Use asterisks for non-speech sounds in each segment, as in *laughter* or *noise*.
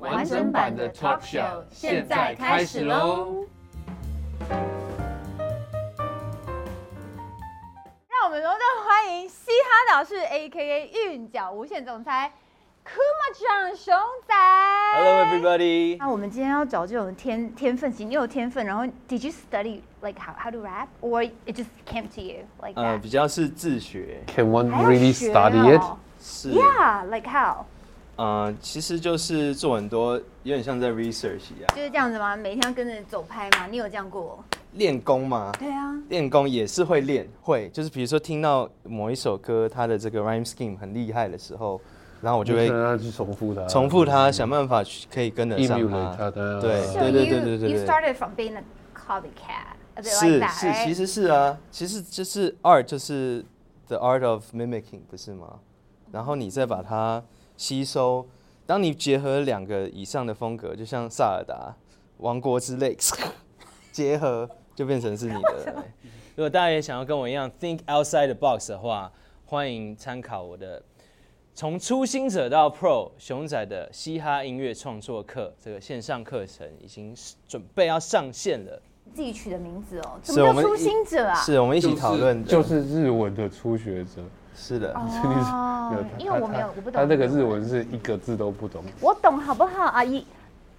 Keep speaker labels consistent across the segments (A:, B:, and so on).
A: 完整版的 talk show 现在开始喽！
B: 让我们隆重欢迎嘻哈导师 A.K.A. 韵脚无限总裁 Kuma 长熊仔。
C: Hello, everybody.
B: 那我们今天要找这种天天分型，你有天分，然后 Did you study like how how to rap or it just came to you like
C: 呃，
B: that？、
C: 比较是自学，
A: Can one
B: 还要
A: Uh, really
B: 学
A: study it？
B: 哦
C: 是，
B: Yeah, like how？
C: 呃，其实就是做很多，有点像在 research 一样，
B: 就是这样子吗？每天要跟着走拍吗？你有这样过？
C: 练功嘛。
B: 对啊，
C: 练功也是会练，会就是比如说听到某一首歌，它的这个 rhyme scheme 很厉害的时候，然后我
A: 我
C: 就会
A: 他去重复啊它，
C: 重复它，想办法去可以跟得上
A: emulate 它
C: 它。
A: 的。
C: 呃对
B: So
C: 对
B: you
C: 对对对对
B: you
C: 对
B: started from being a copycat, a bit
C: 是
B: like that,
C: 是，
B: right?
C: 其实是啊，其实就是 art 就是 the art of mimicking，不是吗？然后你再把它吸收，当你结合两个以上的风格，就像萨尔达、王国之泪 *laughs* 结合，就变成是你的了。欸
D: *laughs* 如果大家也想要跟我一样 think outside the box 的话，欢迎参考我的从初心者到 pro 熊仔的嘻哈音乐创作课这个线上课程已经准备要上线了。
B: 自己取的名字哦，
C: 是
B: 怎么
C: 我
B: 叫
C: 们
B: 初
C: 一
B: 心者啊？
C: 是我们一起讨论的，
A: 就是日文的初学者，
C: 是
A: *laughs*
C: 的。
B: 哦，因为我没有，我不懂。
A: 他那个日文是一个字都不懂。
B: 我懂好不好？阿姨，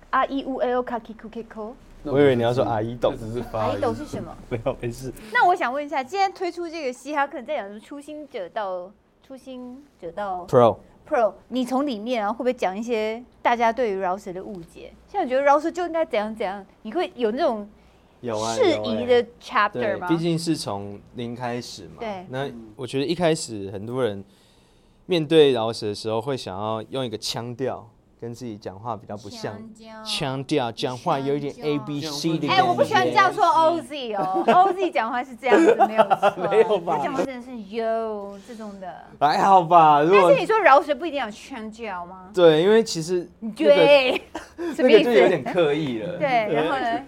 B: 阿姨乌 L 卡 Kiku Kiko，
C: 我以为你要说阿姨懂
A: 那，只是
B: 阿
A: 发
B: 姨
A: 音。
B: 懂是什么？
C: *laughs* 没有没事。
B: 那我想问一下，今天推出这个嘻哈课，在讲说初心者到初心者到
C: Pro，
B: Pro，你从里面啊会不会讲一些大家对于饶舌的误解？像我觉得饶舌就应该怎样怎样，你会有那种
C: 有啊，
B: 适
C: 有啊
B: 宜的
C: 对
B: chapter，吗？
C: 毕竟是从零开始嘛。
B: 对
C: 那
A: 嗯
C: 我觉得一开始很多人面对饶舌的时候，会想要用一个腔调跟自己讲话比较不像，腔调讲话有一点 A B C 的感
B: 哎、
C: 觉。
B: 我不喜欢这样说 OZ 哦 *laughs* ，OZ 讲话是这样子，没有错，没有吧？他讲话真的是 Yo 这种的。
C: 还好吧，如
B: 但
C: 果
B: 是你说饶舌不一定要圈教吗？
C: 对，因为其实那
B: 对，
C: 个
B: 什
C: 那
B: 么
C: 个
B: 意
C: 就有
B: 思？
C: 点刻意
B: *laughs*
C: 了。
B: 对，然后呢？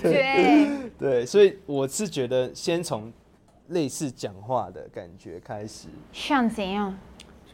B: 对，
C: 对，所以我是觉得先从类似讲话的感觉开始，
B: 像怎样？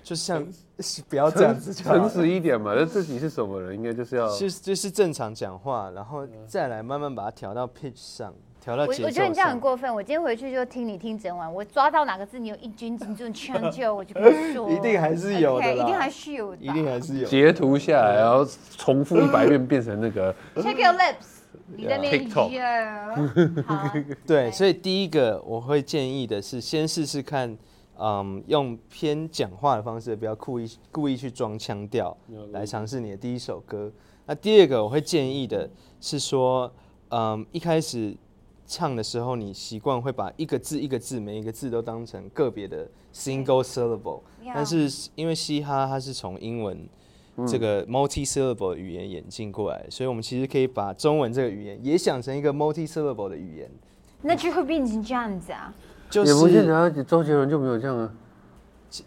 C: 就像 *laughs* 不要这样子就好了，
A: *laughs* 诚实一点嘛，那自己是什么人，应该就是要
C: 就是就是正常讲话，然后
A: 嗯
C: 再来慢慢把它调到 pitch 上，调到
B: 我
C: 节奏
B: 我觉得你这样很
C: 上
B: 过分。我今天回去就听你听整晚，我抓到哪个字你有一军精准圈教，我就跟你说。
C: 一定还是有的
B: OK，
C: 啦
B: 一定还是有的。
C: 一定还是有。
A: 截图下来，然后重复一百遍，变成那个
B: Check your lips，你在那边
A: TikTok
B: Yo 好啊。
C: *laughs* 对，所以第一个我会建议的是，先试试看，嗯，用偏讲话的方式，不要故意故意去装腔调来尝试你的第一首歌。那第二个我会建议的是说，嗯，一开始唱的时候，你习惯会把一个字一个字，每一个字都当成个别的 single syllable，
B: Yeah
C: 但是因为嘻哈它是从英文。这个 multi-syllable 语言演进过来，所以我们其实可以把中文这个语言也想成一个 multi-syllable 的语言，
B: 那就会变成这样子啊。
C: *laughs* 就
A: 也不见
C: 是
A: 得啊周杰伦就没有这样啊。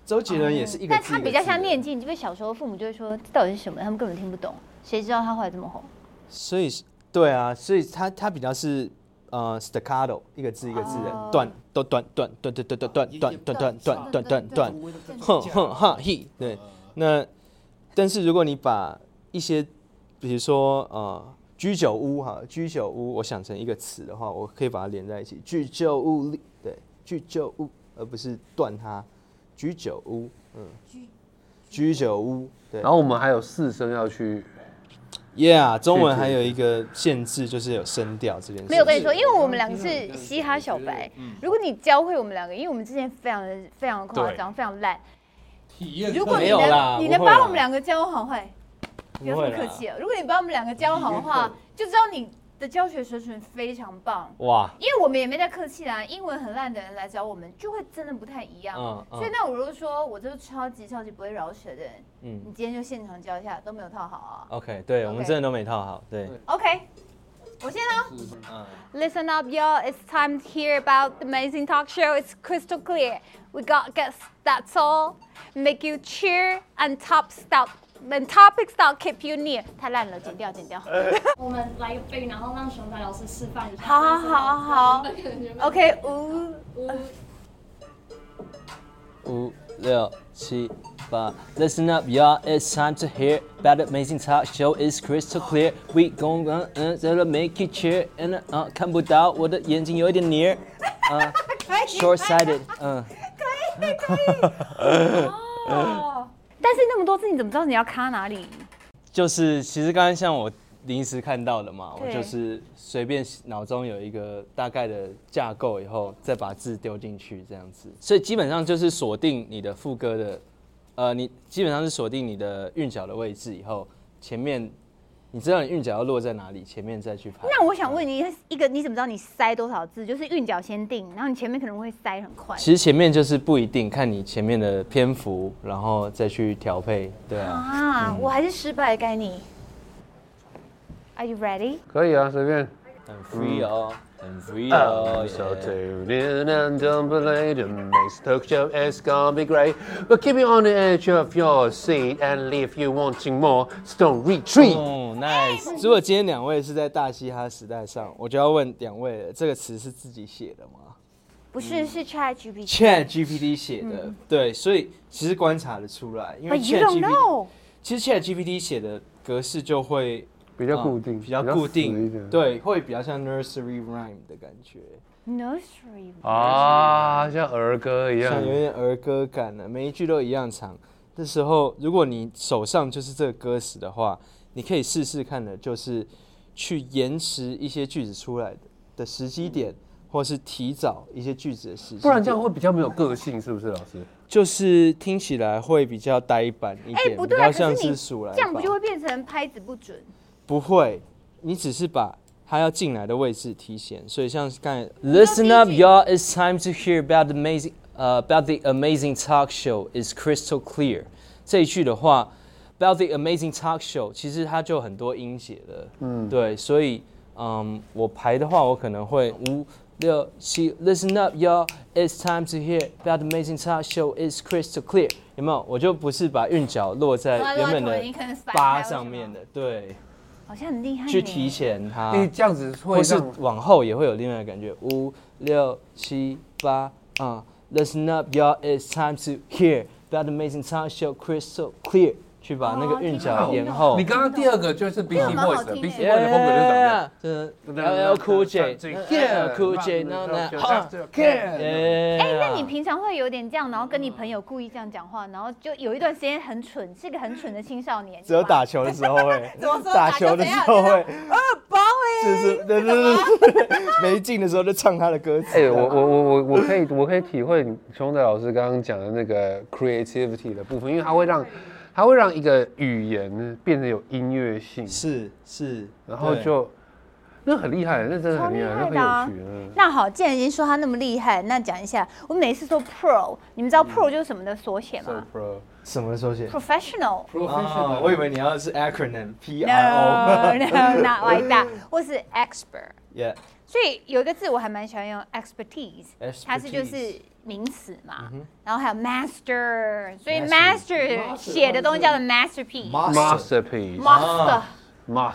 C: 周杰伦也是一个
B: 哦但
C: 字，
B: 他比较像念，经，因为小时候父母就会说这到底是什么，他们根本听不懂，谁知道他后来这么红？
C: 所以是对啊，所以他他比较是呃 staccato 一个字一个字
B: 哦
C: 的断断断断断断断断断断断断断断断，哼哼哈嘿，对，那但是如果你把一些比如说呃居酒屋哈居酒屋，我想成一个词的话，我可以把它连在一起，居酒屋里对居酒屋，而不是断它，居酒屋嗯居酒屋对
A: 然。后我们还有四声要去
C: Yeah，中文还有一个限制，就是有声调这件事。
B: 没有我跟你说，因为我们两个是嘻哈小白，如果你教会我们两个，因为我们之前非常的非常夸张，非常烂。
E: 体验
B: 如果
C: 没
B: 你
C: 有啦
B: 能你能
C: 不会啦
B: 把我们两个教好坏，不要这么客气了。如果你把我们两个教好的话，就知道你的教学水准非常棒。
C: 哇，
B: 因为我们也没在客气啦，英文很烂的人来找我们，就会真的不太一样。
C: 嗯
B: 所以
C: 嗯，
B: 那我如果说我就是超级超级不会饶舌的人，
C: 嗯
B: 你今天就现场教一下，都没有套好啊。
C: ，OK，对我们
B: OK
C: 真的都没套好，对，
B: OK，
F: 我先哦。
C: 嗯
B: Listen up, y'all. It's time to hear about the amazing talk show. It's crystal clear. We got guests that's all. Make you cheer and tops that and topics that keep you near. 太烂了，剪掉，剪掉。
E: 我们来个背，然后让熊仔老师示范一下。
F: 好好好好好 OK，五
C: 五六七八，Listen up, y'all! It's time to hear about the amazing talk show. It's crystal clear. We gonna 嗯，这个 make you cheer. 嗯啊，看不到，我的眼睛有一点 near.
B: *laughs*
C: 啊，short sighted. 嗯，
F: 哦，
B: *laughs* 但是那么多字，你怎么知道你要卡哪里？
C: 就是其实刚才像我临时看到的嘛，我
B: 对
C: 就是随便脑中有一个大概的架构，以后再把字丢进去这样子。所以基本上就是锁定你的副歌的，呃，你基本上是锁定你的韵脚的位置以后，前面你知道你韵脚要落在哪里，前面再去排。
B: 那我想问你一个，你怎么知道你塞多少字？就是韵脚先定，然后你前面可能会塞很快。
C: 其实前面就是不一定，看你前面的篇幅，然后再去调配，对啊。
B: 啊，我还是失败，该你。Are you ready？
A: 可以啊，随便。
C: 很 free 哦，很 free 哦。
A: So
C: yeah
A: tune in and don't be late. The next talk show is gonna be great. We'll keep you on the edge of your seat and leave you wanting more. So don't retreat.
C: 哦，nice。如果今天两位是在大嘻哈时代上，我就要问两位了，这个词是自己写的吗
B: 不
C: 嗯
B: 是，是 ChatGPT。
C: ？Chat GPT 写的，对，所以其实观察得出来，因
B: 嗯
C: 为
B: But you
C: Chat
B: don't
C: GPT
B: know.
C: 其实 Chat GPT 写的格式就会
A: 比较
C: 啊
A: 固定，
C: 比较固
A: 死一
C: 定
A: 点，。
C: 对，会比较像 nursery rhyme 的感觉，
B: Nursery
A: 啊，像儿歌一样
C: 像。有点儿歌感了、每一句都一样长。这时候，如果你手上就是这个歌词的话，你可以试试看的，就是去延迟一些句子出来的的时机点，或是提早一些句子的时机点。
A: 不然这样会比较没有个性，是不是，老师？
C: 就是听起来会比较呆板一
B: 哎、
C: 点，
B: 不
C: 比
B: 对啊，
C: 较
B: 可是
C: 像
B: 你
C: 是数来
B: 这样不
C: 宝
B: 就会变成拍子不准？
C: 不会，你只是把他要进来的位置提前，所以像刚才 Listen up, y'all! It's time to hear about the amazing, uh, about the amazing talk show. Is crystal clear. 这一句的话，about the amazing talk show，其实它就很多音节了。嗯，对，所以嗯，我排的话，我可能会五。六七，Listen up, y'all! It's time to hear about the amazing talk show. It's crystal clear. 有没有？我就不是把韵脚落在
F: 落在
C: 原本
F: 头
C: 的
F: 你可能反拍
C: 八
F: 为什
C: 上
F: 么
C: 面的，对。
B: 好像很厉害呢。
C: 去提啊前它，
A: 你这样子会
C: 或是哦
A: 让
C: 往后也会有另外的感觉。五六七八啊、l i s t e n up, y'all! It's time to hear that amazing time show crystal clear。去把那个韵脚延后。
A: 你刚刚第二个就是 Beastie
F: 蛮好
A: Boys
F: 听
A: 的
F: 的
A: Beastie Boys 的风格就是长这样。
C: 就是
A: 对
C: LL Cool J，
A: 最
C: LL Cool J，那那好，
B: 哎、
C: 哎
B: 那你平常会有点这样，然后跟你朋友故意这样讲话，然后就有一段时间很蠢，是个很蠢的青少年。
G: 只有
B: 是吧
G: 打球的时候会
F: 怎么，说
G: 打球的时候会，
F: 包哎，
G: 就是对对对对对，没劲的时候就唱他的歌词。
A: 哎、我我我我我可以我可以体会你熊仔老师刚刚讲的那个 creativity 的部分，因为它会让它会让一个语言变得有音乐性，
C: 是是，
A: 然后
C: 对
A: 就那很厉害，那真的
B: 超
A: 很
B: 厉
A: 厉害，那
B: 害
A: 很
B: 的、啊
A: 有趣。嗯。
B: 那好，既然已经说他那么厉害，那讲一下，我每次说 pro，你们知道 pro 就是什么的缩写吗、
A: pro
G: 什么缩写？
B: p r o f e s s i o n a l
G: 啊，我以为你要是 acronym P
B: No,
G: R
B: no, not like that，或是 expert。
C: *laughs* ，yeah，
B: 所以有一个字我还蛮喜欢用 expertise，它是就
C: Expertise
B: 是名词嘛，然后还有 master，所以
G: Master
B: master 写的东西叫做 masterpiece，master
G: O，
A: masterpiece masterpiece
B: master
C: Ah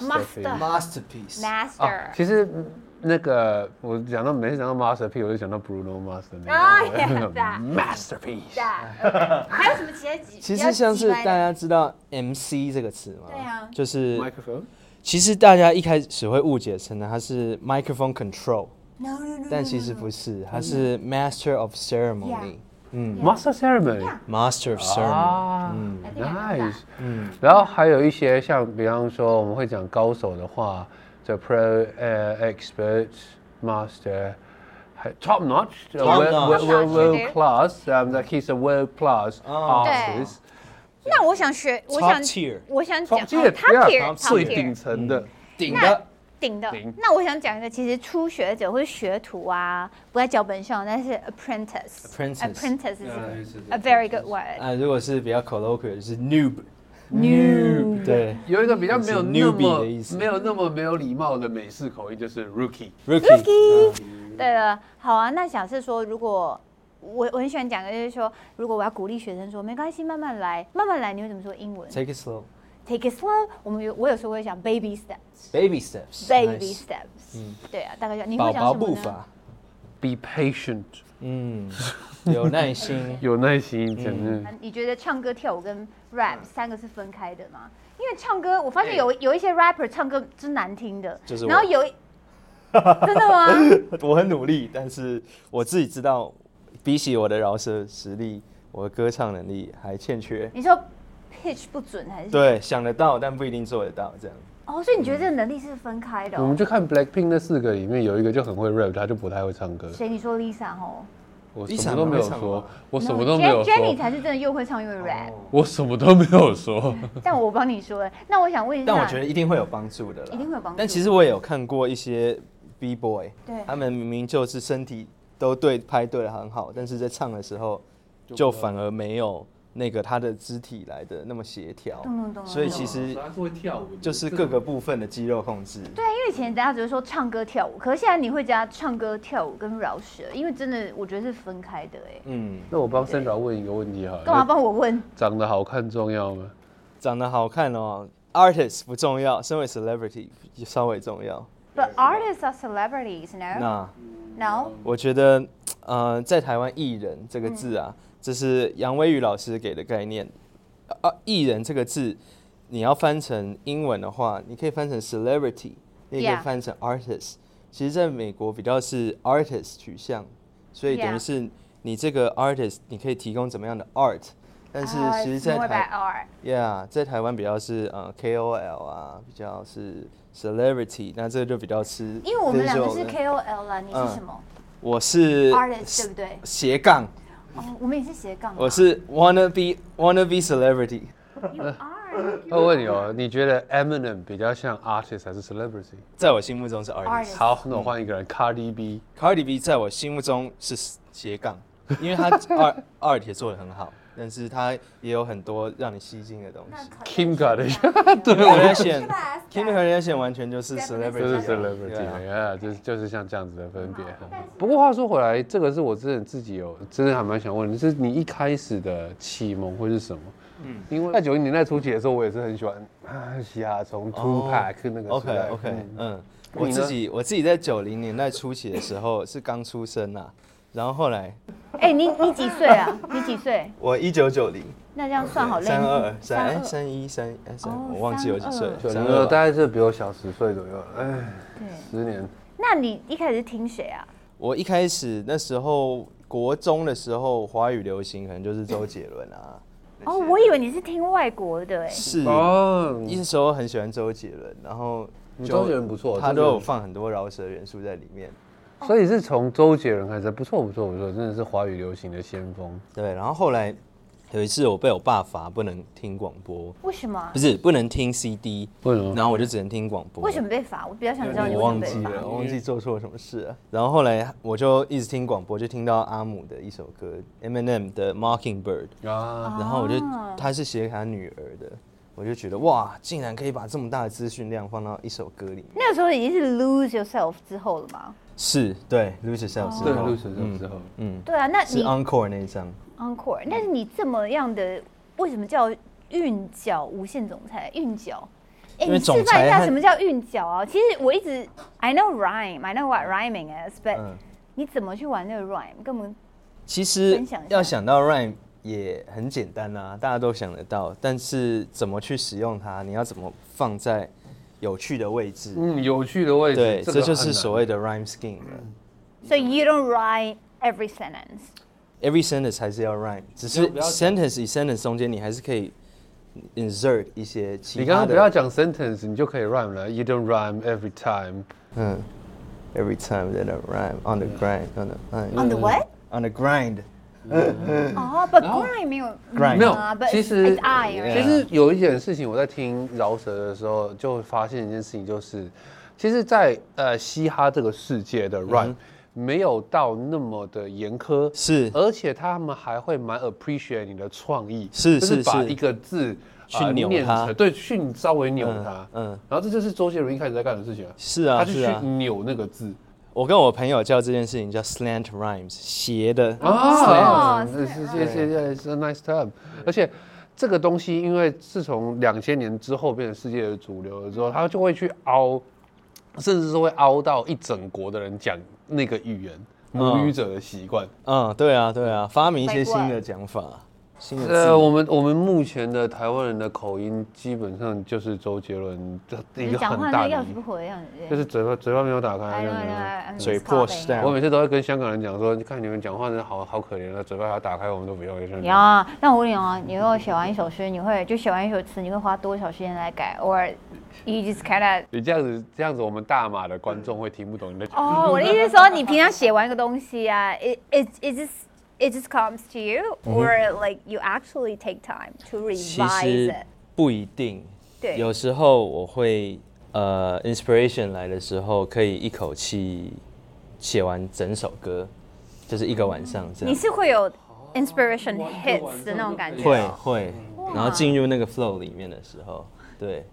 G: masterpiece。
A: 啊，
B: master。
A: 其实嗯那个我讲到每次讲到 masterpiece，我就想到 Bruno Mars 的
B: 啊
A: 那个
B: *laughs* yeah，
A: masterpiece。
B: 大啊还有什么其他几？
C: 其
B: 比
C: 实
B: 较
C: 像
B: 鸡
C: 是
B: 掰
C: 大
B: 的
C: 家知道 MC 这个词吗？
F: 对啊
C: 就是
A: 克风。
C: 其实大家一开始会误解成呢，它是 microphone
B: 嗯
C: control，
F: No, no, no,
C: 但其实不是，它是 master of ceremony，
A: Master ceremony。
C: master of ceremony。
A: 啊，
B: I think I know
A: ，nice，嗯，然后还有一些像，比方说我们会讲高手的话，就 pro 呃 expert master。还 Top notch, world,
C: notch
A: world, world
B: Top notch
A: class. Um, that he's a world class
C: 哦
A: artist.
B: 那我想学，我想
C: tier
B: 我想讲
A: Top
B: 哦
A: tier，
B: top
A: 不要
B: tier，top
A: 最
B: tier
A: 顶层的。
C: 顶的
B: 顶的
A: 顶。
B: 那我想讲一个，其实初学者或是学徒啊，不在脚本上，但是 apprentice，apprentice
C: Apprentice
A: 呃
B: 呃是 a very good word。
C: 啊，如果是比较 colloquial，就是 noob， new，对
A: 有一个比较没有
C: 是
A: 那
C: newbie
A: 么
C: 的意思
A: 没有那么没有礼貌的美式口音，就是 rookie。
C: ，rookie，
B: 对了，好啊，那假设说，如果我我很喜欢讲的就是说，如果我要鼓励学生说，没关系，慢慢来，慢慢来，你会怎么说英文
C: take it slow。
B: ？Take it slow。我们有我有时候会讲 baby
D: Baby
B: steps，baby
D: steps，
B: steps。对啊，大概就你会
C: 嗯宝
B: 讲
C: 宝
B: 什么
C: 步
B: 呢？
C: 伐，
A: Be patient，。
D: 嗯，有耐心
A: 有耐心，嗯真的。
B: 你觉得唱歌、跳舞
C: 嗯
B: 跟 rap 三个是分开的吗？因为唱歌，我发现有有一些 rapper 唱歌真难听的，
C: 哎就是我
B: 然后有
C: *laughs*
B: 一真的吗？
C: 我很努力，但是我自己知道，比起我的饶舌实力，我的歌唱能力还欠缺。
B: 你说 pitch 不准还是？
C: 对，想得到，但不一定做得到，这样。
B: 哦，所以你觉得这个能力是分开的、
A: 我们
B: 哦？
A: 就看 Blackpink 那四个里面有一个就很会 rap，他就不太会唱
C: 嗯
A: 歌。
B: 谁？你说 Lisa 吼？
A: 我
C: Lisa
A: 什么都没有
C: 蛮会唱
A: 说
C: 的，
A: 我什么都没有
B: Jen- Jenny
A: 说，
B: 才是真的又会唱又会 rap，、
C: 哦
A: 我什么都没有说。
B: 但我帮你说了。那我想问一下，
C: 但我觉得一定会有帮助的啦，
B: 一定会有帮助
C: 但其实我也有看过一些 B boy，
B: 对
C: 他们明明就是身体都对拍对的很好，但是在唱的时候就反而没有那个他的肢体来的那么协调
B: 咚咚咚，咚
C: 所以 *laughs* 其实
A: 是会跳舞，
C: 就是各个部分的肌肉控制。
B: 对，因为以前大家只是说唱歌跳舞，可是现在你会加唱歌跳舞跟饶舌，因为真的我觉得是分开的哎、
C: 嗯，
A: 那我帮 Sandra 问一个问题好了，
B: 干嘛帮我问？
A: 长得好看重要吗？
C: 长得好看哦，artist 不重要，身为 celebrity 也稍微重要。
B: But artists are celebrities, no?
C: 那
B: No?
C: 我觉得，呃，在台湾“艺人”这个字
B: 嗯
C: 啊，这是杨威宇老师给的概念。啊，艺人这个字，你要翻成英文的话，你可以翻成 celebrity，你也可
B: Yeah
C: 以翻成 artist。其实，在美国比较是 artist 取向，所以等于
B: Yeah
C: 是你这个 artist，你可以提供怎么样的 art。但是
B: Uh,
C: 其实，
B: it's
C: 在
B: more
C: 台
B: about art.
C: Yeah，在台湾比较是呃 KOL 啊，比较是 celebrity，那这个就比较吃 visual 的。
B: 因为我们两个是 KOL 啦，啊你是
C: 嗯
B: 什么、
C: 我是
B: artist 对不对？
C: 斜杠，
B: 哦，我们也是斜杠嘛。
C: 我是 wanna be wanna be celebrity。
B: You are
A: 那我问你哦，你觉得 Eminem 比较像 artist 还是 celebrity？
C: 在我心目中是 artist。
B: artist。
A: 好，那我换一个人，Cardi B。
C: Cardi B 在我心目中是斜杠，
B: *laughs*
C: 因为他二二也做的很好，但是他也有很多让你吸睛的东西。
A: Kim Kardashian，
C: 对，Kardashian
B: That's
C: Kim Kardashian 完全就是 celebrity，
A: 就是
C: 对
A: celebrity
C: 啊
A: 啊，就是就是像这样子的分别。不过话说回来，这个是我真的自己有，真的还蛮想问的，是你一开始的启蒙会是什么？嗯，因为在九零年代初期的时候，我也是很喜欢啊嘻哈，从 Two Pack 那个时
C: 哦 OK
A: 代。
C: OK，
A: 嗯
C: 嗯，
A: 你
C: 我自
A: 呢
C: 己我自己在九零年代初期的时候是刚出生啊，然后后来
B: 哎、你你几岁啊？ *laughs* 你几岁？
C: 我一九九零
B: 哦那这样算好累。
C: 三二三哎
B: 32
C: 三一三哎三
B: 哦，
C: 我忘记我几岁，
A: 九
C: 了，
A: 零
C: 三
A: 二
C: 二吧
A: 大概是比我小十岁左右，哎，
B: 对。
A: 十年。
B: 那你一开始是听谁啊？
C: 我一开始那时候国中的时候，华语流行可能就是周杰伦啊，
B: 哦，我以为你是听外国的哎、
C: 是，
A: 哦，
C: 那时候很喜欢周杰伦，然后
A: 嗯
C: 就
A: 周杰伦不错
C: 他
A: 周杰
C: 都
A: 伦
C: 有放很多饶舌元素在里面。
A: 所以是从周杰伦开始，不错不错不错，真的是华语流行的先锋。
C: 对，然后后来有一次我被我爸罚不能听广播，
B: 为什么啊
C: 不？是不能听 CD，
A: 为什么
C: 然后我就只能听广播。
B: 为什么被罚？我比较想知道你
C: 我
B: 为什么被
C: 忘记
B: 罚。
C: 了，我忘记做错什么事了。然后后来我就一直听广播，就听到阿姆的一首歌，Eminem 的《Mockingbird》。
A: 啊，
C: 然后我就，他是写给他女儿的，我就觉得哇，竟然可以把这么大的资讯量放到一首歌里面。
B: 那个时候已经是 lose yourself 之后了吗？
C: 是对，Lose Yourself 之
A: 对
C: 后，
A: ，Lose Yourself 之后，
C: 嗯，
B: 对啊，那
C: 是
B: 你
C: Encore 那一张。
B: encore，但是你这么样的，为什么叫韵脚无限总裁？韵脚，哎、
C: 因为
B: 你示
C: 总
B: 范一
C: 裁
B: 下
C: 和
B: 什么叫韵脚啊？其实我一直 I know rhyme, I know what rhyming is, but、
C: 嗯
B: 你怎么去玩那个 rhyme？根本
C: 其实
B: 分享一下
C: 要想到 Rhyme 也很简单啊，大家都想得到，但是怎么去使用它，你要怎么放在有趣的位置？
A: 嗯，有趣的位置，
C: 对，
A: 个
C: 这就
A: 很
C: 是
A: 难
C: 所谓的 Rhyme Scheme 了。
B: 所以 you don't rhyme every sentence。
C: every sentence 还是要 rhyme，只是 sentence 与 sentence 中间你还是可以 insert 一些其他的。
A: 你刚刚不要讲 sentence，你就可以 rhyme 了。You don't rhyme every time。
C: 嗯，every time that I rhyme on the grind on the grind
B: On the what？
C: on the grind，
B: 哦、b u t grind 没有
C: Grind
A: 没有
B: 啊，but
A: 其实
B: it's I，right？
A: 哎其实有一件事情，我在听饶舌的时候，就发现一件事情，就是其实在，呃嘻哈这个世界的 rhyme，、没有到那么的严苛，
C: 是
A: 而且他们还会蛮 appreciate 你的创意，
C: 是
A: 就是把
C: 是
A: 一个字
C: 去
A: 呃
C: 扭
A: 念
C: 它
A: 成对，去稍微扭它，
C: 嗯
A: 嗯
C: 嗯，
A: 然后这就是周杰伦一开始在干的事情啊，
C: 是啊
A: 他就是去
C: 啊
A: 扭那个字
C: 我跟我朋友叫这件事情叫 slant rhymes，斜的。
A: 啊，哦是是谢谢谢谢，是 nice term，而且。这个东西，因为自从两千年之后变成世界的主流了之后，他就会去凹，甚至是会凹到一整国的人讲那个语言母语者的习惯。
C: 嗯，对啊，对啊，发明一
H: 难
C: 些
H: 怪
C: 新的讲法，新的
A: 呃，
C: 字。
A: 我们我们目前的台湾人的口音基本上就是周杰伦的一
B: 你
A: 个
B: 讲
A: 很
B: 话
A: 大的哎
B: 那要
A: 影
B: 死不活的样子。对
A: 就是嗯嘴巴嘴巴没有打开。
B: I
A: 这
B: don't
A: 样
B: know,
A: 子
B: I'm
C: 嘴
B: just
C: 破
B: coughing.
C: 是这样
A: 我每次都会跟香港人讲说，你看你们讲话真的好好可怜啊，嘴巴还要打开，我们都不用。就是
B: 呀，那我问你哦，你如果写完一首诗，你会就写完一首词，你会花多少时间来改？Or you just kinda
A: 你这样子这样子，我们大马的观众会听不懂你的。
B: *laughs* 哦，我的意思是说，你平常写完一个东西啊，it it it just it just comes to you,
D: 嗯
B: or like you actually take time to
D: 其
B: revise
D: 实
B: it.
D: 不一定，
B: 对
D: 有时候我会呃，inspiration 来的时候，可以一口气写完整首歌，就是一个晚上这
B: 嗯你
D: 样。
B: 是会有 inspiration hits 的那种感觉，
D: 会会，然后进入那个 flow 里面的时候，对，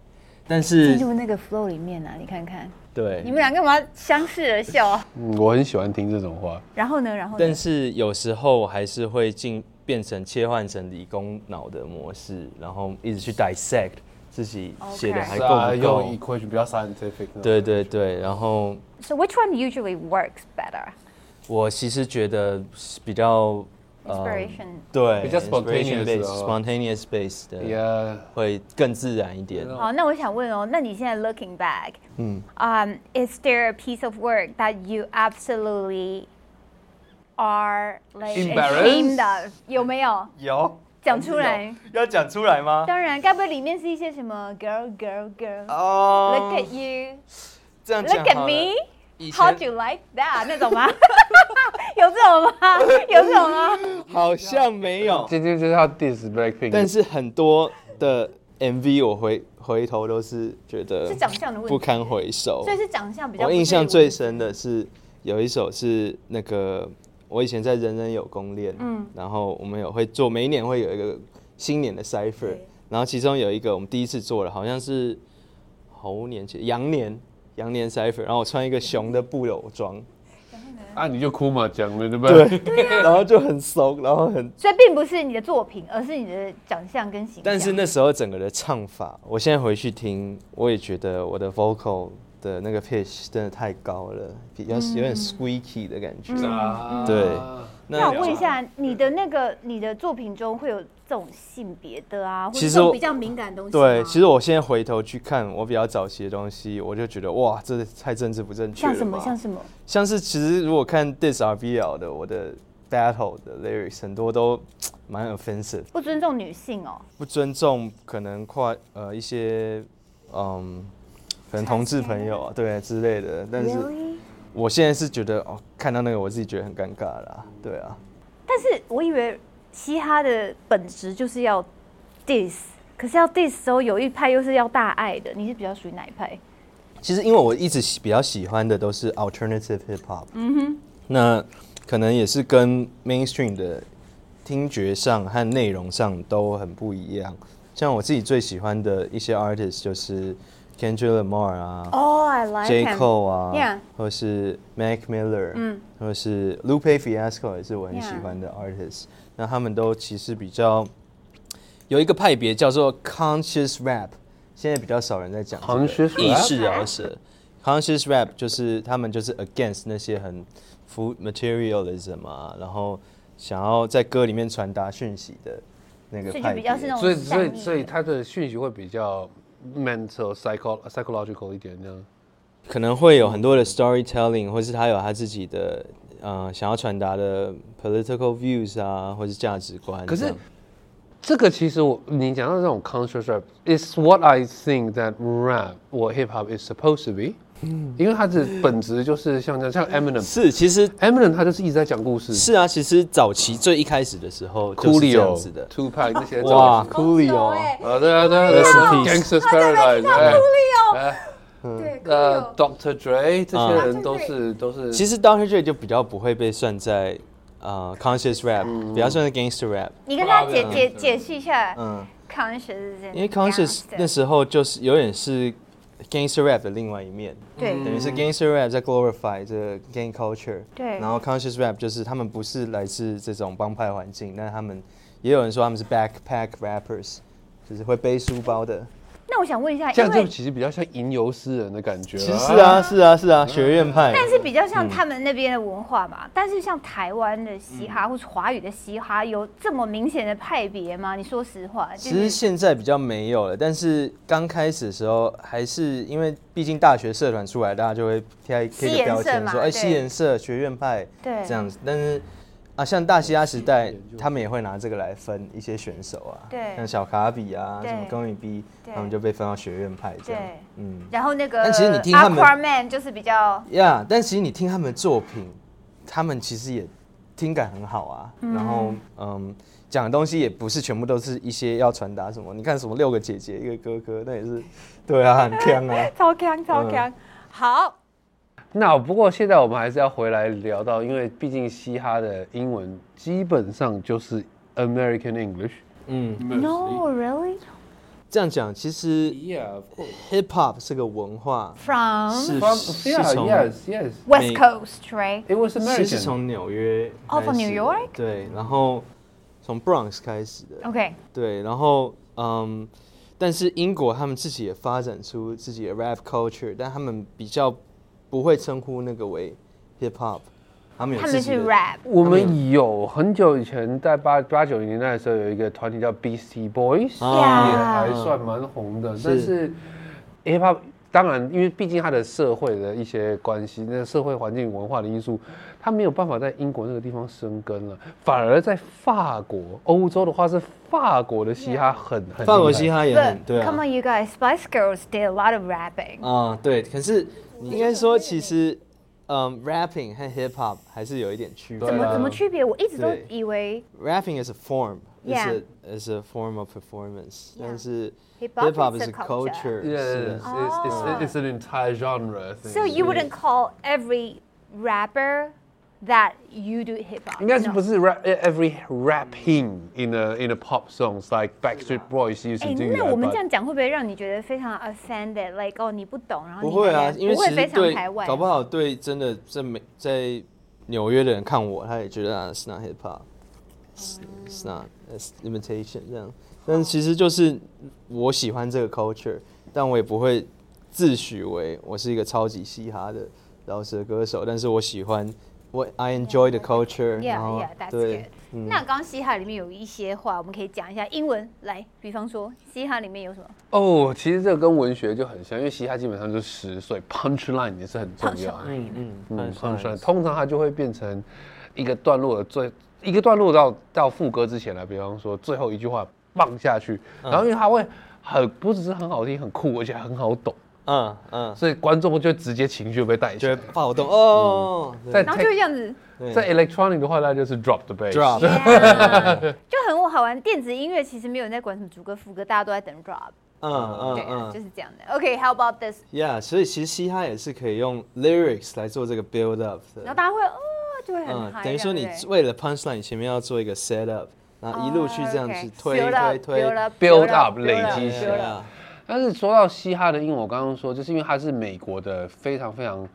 D: 但是
B: 进入那个 flow 里面啊，你看看，
D: 对，
B: 你们俩干嘛相视而笑啊？
A: 嗯，我很喜欢听这种话。
B: 然后呢，然后呢
D: 但？是有时候我还是会进变成切换成理工脑的模式，然后一直去 dissect 自己写的还够
A: 啊，
D: 不够
A: 用 equation 比较 scientific 那种。
D: 对对对，然后
B: So which one usually works better?
D: 我其实觉得比较
C: 呃
B: Inspiration.
D: 对
A: 比较
D: inspiration
A: spontaneous
D: base
A: 哦
D: spontaneous base 的
A: ，Yeah，
D: 会更自然一点。
B: 好，那我想问哦，那你现在 looking back，嗯，um, is there a piece of work that you absolutely are like
A: Embarrassed?
B: ashamed of？有没有
C: 有
B: 讲出来？
C: 要讲出来吗？
B: 当然，该不会里面是一些什么 girl girl girl？Look
C: 哦
B: at you，look
C: 这样讲
B: at
C: 好了
B: me，how
C: 以前
B: do you like that？那种吗？ *laughs* 有这种
C: *laughs*
B: 吗？有这种吗？
C: 嗯好像没有，
A: 今天就是要 diss Blackpink，
C: 但是很多的 MV 我回回头都是觉得
B: 是长相的问题
C: 不堪回首
B: 所。以是长相比较
C: 我
B: 不是
C: 印象
B: 文
C: 最
B: 字
C: 深的是有一首是那个我以前在人人有功练，嗯，然后我们有会做，每一年会有一个新年的 cipher，然后其中有一个我们第一次做的，好像是猴年前羊年羊年 cipher，然后我穿一个熊的布偶装，
A: 啊你就哭嘛，讲了对不对？
B: 啊
C: *laughs* 然后就很怂，然后很，
B: 所以并不是你的作品，而是你的长相跟形象。
C: 但是那时候整个的唱法，我现在回去听，我也觉得我的 vocal 的那个 pitch 真的太高了，比较
B: 嗯
C: 有点 squeaky 的感觉，
A: 啊
C: 对
B: 那我问一下，你的那个你的作品中会有这种性别的啊，或者
C: 其实
B: 这种
C: 我
B: 比较敏感的东西吗
C: 对，其实我现在回头去看我比较早期的东西，我就觉得哇，这太政治不正确
B: 像
C: 了吧
B: 什么像什么，
C: 像是其实如果看 This RBL 的我的 battle 的 lyrics 很多都蛮 offensive，
B: 不尊重女性哦，
C: 不尊重可能跨呃一些嗯可能同志朋友啊对之类的，但是我现在是觉得哦看到那个我自己觉得很尴尬啦，对啊，
B: 但是我以为嘻哈的本质就是要 diss，可是要 diss 的时候有一派又是要大爱的，你是比较属于哪一派？
C: 其实因为我一直喜比较喜欢的都是 alternative hip hop，嗯哼，那可能也是跟 mainstream 的听觉上和内容上都很不一样。像我自己最喜欢的一些 artist 就是 Kendrick Lamar 啊、
B: 哦、i like
C: J
B: him
C: Cole 啊
B: Yeah
C: 或是 Mac Miller，嗯，或是 Lupe Fiasco 也是我很
B: Yeah
C: 喜欢的 artist。那他们都其实比较有一个派别叫做 conscious rap，现在比较少人在讲这个
A: Conscious
C: 意
A: rap？
C: 识饶舌。conscious rap 就是他们就是 against 那些很 food materialism 啊，然后想要在歌里面传达讯息的那个
B: 所以
C: 派
B: 就
C: 别
B: 比。较是那种
A: 所以
B: 善
A: 所
B: 意
A: 以
B: 的
A: 所以他的讯息会比较 mental psycho psychological 一点这样。
C: 可能会有很多的 storytelling，或是他有他自己的呃想要传达的 political views 啊，或是价值观这
A: 可
C: 样。
A: 是这个其实我你讲到这种 conscious rap，is what I think that rap or hip hop is supposed to be，、因为它的本质就是像这样，像 Eminem，Eminem
C: 是其实
A: 他就是一直在讲故事，
C: 是啊，其实早期最一开始的时候就是这样
A: Coolio、
C: 子的。
A: Tupac 那些
C: 哇
A: 哇，
C: ，Coolio，
A: 呃对啊对啊对啊
C: Rest in peace 嗯
A: ，Gangsters Paradise，哎
H: 对，
A: 呃，Dr. Dre 这些
C: 啊
A: 人都是都是，
C: 其实 Doctor Dre 就比较不会被算在呃 conscious rap，比
A: 嗯
C: 较算是 gangster rap。
B: 你跟大家
A: 八
B: 解
A: 个
B: 解解释一下
C: 嗯，
B: conscious 是怎样
C: 因为 conscious
B: 的
C: 那时候就是有点是 gangster rap 的另外一面，
B: 对
C: 等于是 gangster rap 在 glorify 这个 gang culture。
B: 嗯对
C: 然后 conscious rap 就是他们不是来自这种帮派环境，但他们也有人说他们是 backpack rappers，就是会背书包的。
B: 那我想问一下，
A: 这
B: 因
A: 样就
B: 为
A: 其实比较像吟游诗人的感觉
C: 其实
A: 了。
C: 是啊，是啊，是啊，学院派。
B: 但是比较
C: 嗯
B: 像他们那边的文化嘛，但是像台湾的嘻
C: 嗯
B: 哈或是华语的嘻哈有这么明显的派别吗？你说实话，
C: 其
B: 就
C: 实
B: 是
C: 现在比较没有了，但是刚开始的时候，还是因为毕竟大学社团出来，大家就会贴贴一
B: 西
C: 个
B: 研
C: 标
B: 社
C: 签
B: 嘛
C: 说，
B: 对
C: 哎，西研社、学院派
B: 对
C: 这样子。但是啊，像大西亚时代，他们也会拿这个来分一些选手啊，
B: 对
C: 像小卡比啊，
B: 对
C: 什么高宇 B，
B: 对
C: 他们就被分到学院派这样
B: 对，
C: 嗯，
B: 然后那个
C: 但其实你听他们
B: Aquaman 就是比较
C: 呀，但其实你听他们的作品，他们其实也听感很好啊。然后，嗯，讲的东西也不是全部都是一些要传达什么。你看什么六个姐姐一个哥哥，那也是， *laughs* 对啊，很
B: *laughs*
C: 强啊。
H: 超强超
C: 嗯
H: 强，好。
A: 那不过现在我们还是要回来聊到，因为毕竟嘻哈的英文基本上就是 American English。
C: 嗯，
B: No really
C: 这样讲，其实
A: Yeah, of course.
C: hip hop 这个文化
B: from
C: 是
A: From
C: 是
A: yeah,
C: 从
A: yes, yes.
B: West
C: 美
B: Coast right？
A: It was
C: 其实是
A: American.
C: 从纽约
B: 哦，from
C: 开始
B: New
C: 的
B: York？
C: 对，然后从 Bronx 开始的。
B: OK，
C: 对，然后嗯，但是英国他们自己也发展出自己的 rap culture，但他们比较不会称呼那个为 hip hop，他们有
B: 他
C: 自
B: 们
C: 己的
B: 是 rap，
A: 我们有很久以前在八八九零年代的时候，有一个团体叫 Beastie Boys，、
C: 啊
A: 也还算蛮红的。但是 hip hop 当然，因为毕竟它的社会的一些关系，那社会环境文化的因素，它没有办法在英国那个地方生根了，反而在法国、欧洲的话是法国的嘻哈很很
C: 法国嘻
A: 哈。
C: 哈也很
B: But
C: 对
B: come
C: 啊，
B: on, you guys, Spice Girls did a lot of rapping.
C: 啊、对，可是你应该说其实嗯，rapping 和 hip hop 还是有一点区别。
B: 怎么怎么区别？我一直都
C: 对
B: 以为
C: rapping is a form.
B: Yeah.
C: It's a is a form of performance.
B: Yeah.
C: 但是
B: Hip hop
C: hip hop
B: is
C: is
B: a
C: a
B: culture.
C: culture. 是
A: Yeah,
C: 的
A: it's, it's, it's an entire genre. thing.
B: So you wouldn't call every rapper that you do hip hop.
A: 应该是
B: no.
A: 不是 rap every rapping in a in a pop songs like Backstreet Boys used
B: 哎
A: to，do
B: 那我们这
A: that.
B: 样讲会不会让你觉得非常 offended？Like 哦，你不懂，然后
C: 不
B: 你
C: 会
B: 还
C: 啊，
B: 这样
C: 因为
B: 不会
C: 其实
B: 非常
C: 对哦
B: 排，外，啊
C: 搞不好对真的在美在纽约的人看我，他也觉得啊，it's not hip hop，it's it's not it's imitation 这
B: 嗯
C: 样。但其实就是我喜欢这个 culture，但我也不会自诩为我是一个超级嘻哈的饶舌歌手，但是我喜欢我 I enjoy the culture，
B: Yeah,
C: 然后
B: yeah, that's
C: 对嗯
B: good.，那刚刚嘻哈里面有一些话，我们可以讲一下英文。来，比方说嘻哈里面有什么？
A: 哦，其实这个跟文学就很像，因为嘻哈基本上就是诗，所以 punch line 也是很重要的。
C: 嗯嗯
A: 嗯，punch line
C: 算
A: 通常它就会变成一个段落的最一个段落到到副歌之前来，啊比方说最后一句话放下去，
B: 嗯
A: 然后因为它会很不只是很好听、很酷，而且很好懂，
C: 嗯嗯，
A: 所以观众就直接情绪被
B: 嗯
A: 带起
C: 就会
A: 来。
C: 暴动哦，
A: 在
C: 对
B: 然后就会这样
C: *laughs*
B: 子，
C: 对
A: 在 electronic 的话，那就是 drop the bass。
C: drop。
B: 就很好玩。电子音乐其实没有人在管什么主歌副歌，大家都在等 drop，
C: 嗯嗯
B: 对啊，
C: 嗯
B: 就，是这样的。OK，how about this？
C: Yeah，所以其实嘻哈也是可以用 lyrics 来做这个 build up 的。嗯
B: 然后大家会哦，就会很嗨。
C: 等于说你
B: 对不对
C: 为了 punchline，你前面要做一个 set up，然后一路去这样去
B: 哦 OK，
C: 推
B: build up，
C: 推推
B: build。up，
A: build
B: build
A: up，
B: up，
A: 累
B: build
A: 积
B: up，
A: 起
B: build
A: 来
B: up
C: 啊，
A: 但是说到嘻哈的英文，我刚刚说，就是因为它是美国的非常非常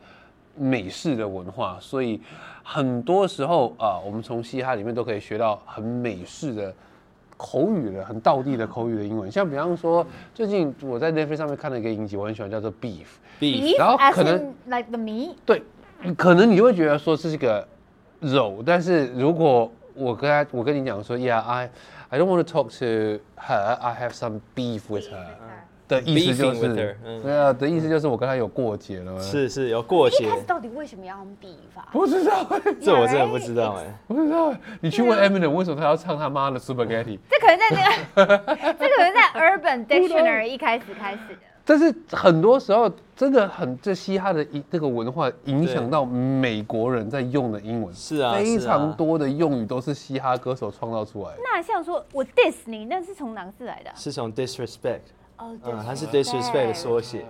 A: 美式的文化，所以很多时候啊、我们从嘻哈里面都可以学到很美式的口语的、很道地的口语的英文。像比方说，最近我在 Netflix 上面看了一个影集，我很喜欢，叫做 Beef。
C: beef，
A: 然后
B: Beef，as
A: 可能
B: in like the meat。
A: 对，可能你就会觉得说这是个肉，但是如果我跟他，我跟你讲说，Yeah, I, I don't want to talk to her. I have some beef with her. 的意思就
C: Beefing with her，
A: 是，
C: 嗯
A: 对啊，的意思就是我跟他有过节了。，
C: 是是有过
B: 一
C: 节
B: 开，始到底为什么要用 beef 啊？
A: 不知道，
C: 这我真的不知道哎。
A: 不知道。你去问 Eminem 为什么他要唱他妈的 Spaghetti，
B: 这可能在那
C: *laughs*
B: 个，这可能在 Urban Dictionary 一开始开始的。
A: 但是很多时候真的很，这嘻哈的一这个文化影响到美国人在用的英文，
C: 是啊
A: 非
C: 是啊
A: 常多的用语都是嘻哈歌手创造出来的。
B: 那像说我 diss 你，那是从哪个字来的啊？
C: 是从 disrespect，
B: 哦，
C: 嗯，它是 disrespect 的缩写。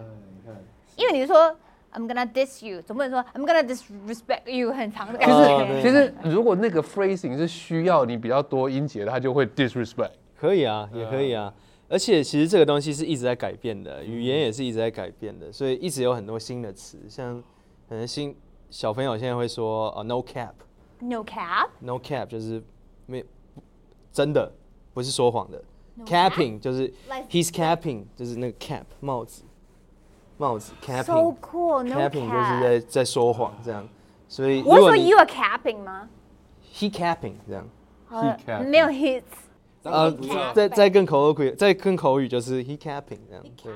B: 因为你说 I'm gonna diss you，总不能说 I'm gonna disrespect you 很长的感
A: 其
B: 觉。
C: 哦
A: 实
C: 对
A: 其实如果那个 phrasing 是需要你比较多音节的，它就会 disrespect。
C: 可以啊，也可以啊。而且其实这个东西是一直在改变的，语言也是一直在改变的，所以一直有很多新的词，像可能新小朋友现在会说呃 no cap，no
B: No cap，
C: cap 就是没真的，不是说谎的。capping 就是 he's capping 就是那个 cap 帽子，帽子
B: So
C: capping
B: cool, no
C: capping *laughs* 就是在
B: cap。
C: 在说谎这样，所以如
B: 我是
C: 果
B: 说
C: 你
B: you are capping 吗？
C: he capping 这样。
A: He cap
B: 没有 hits，
C: 呃，再再更口语，再更口语就是 he capping 这样，对，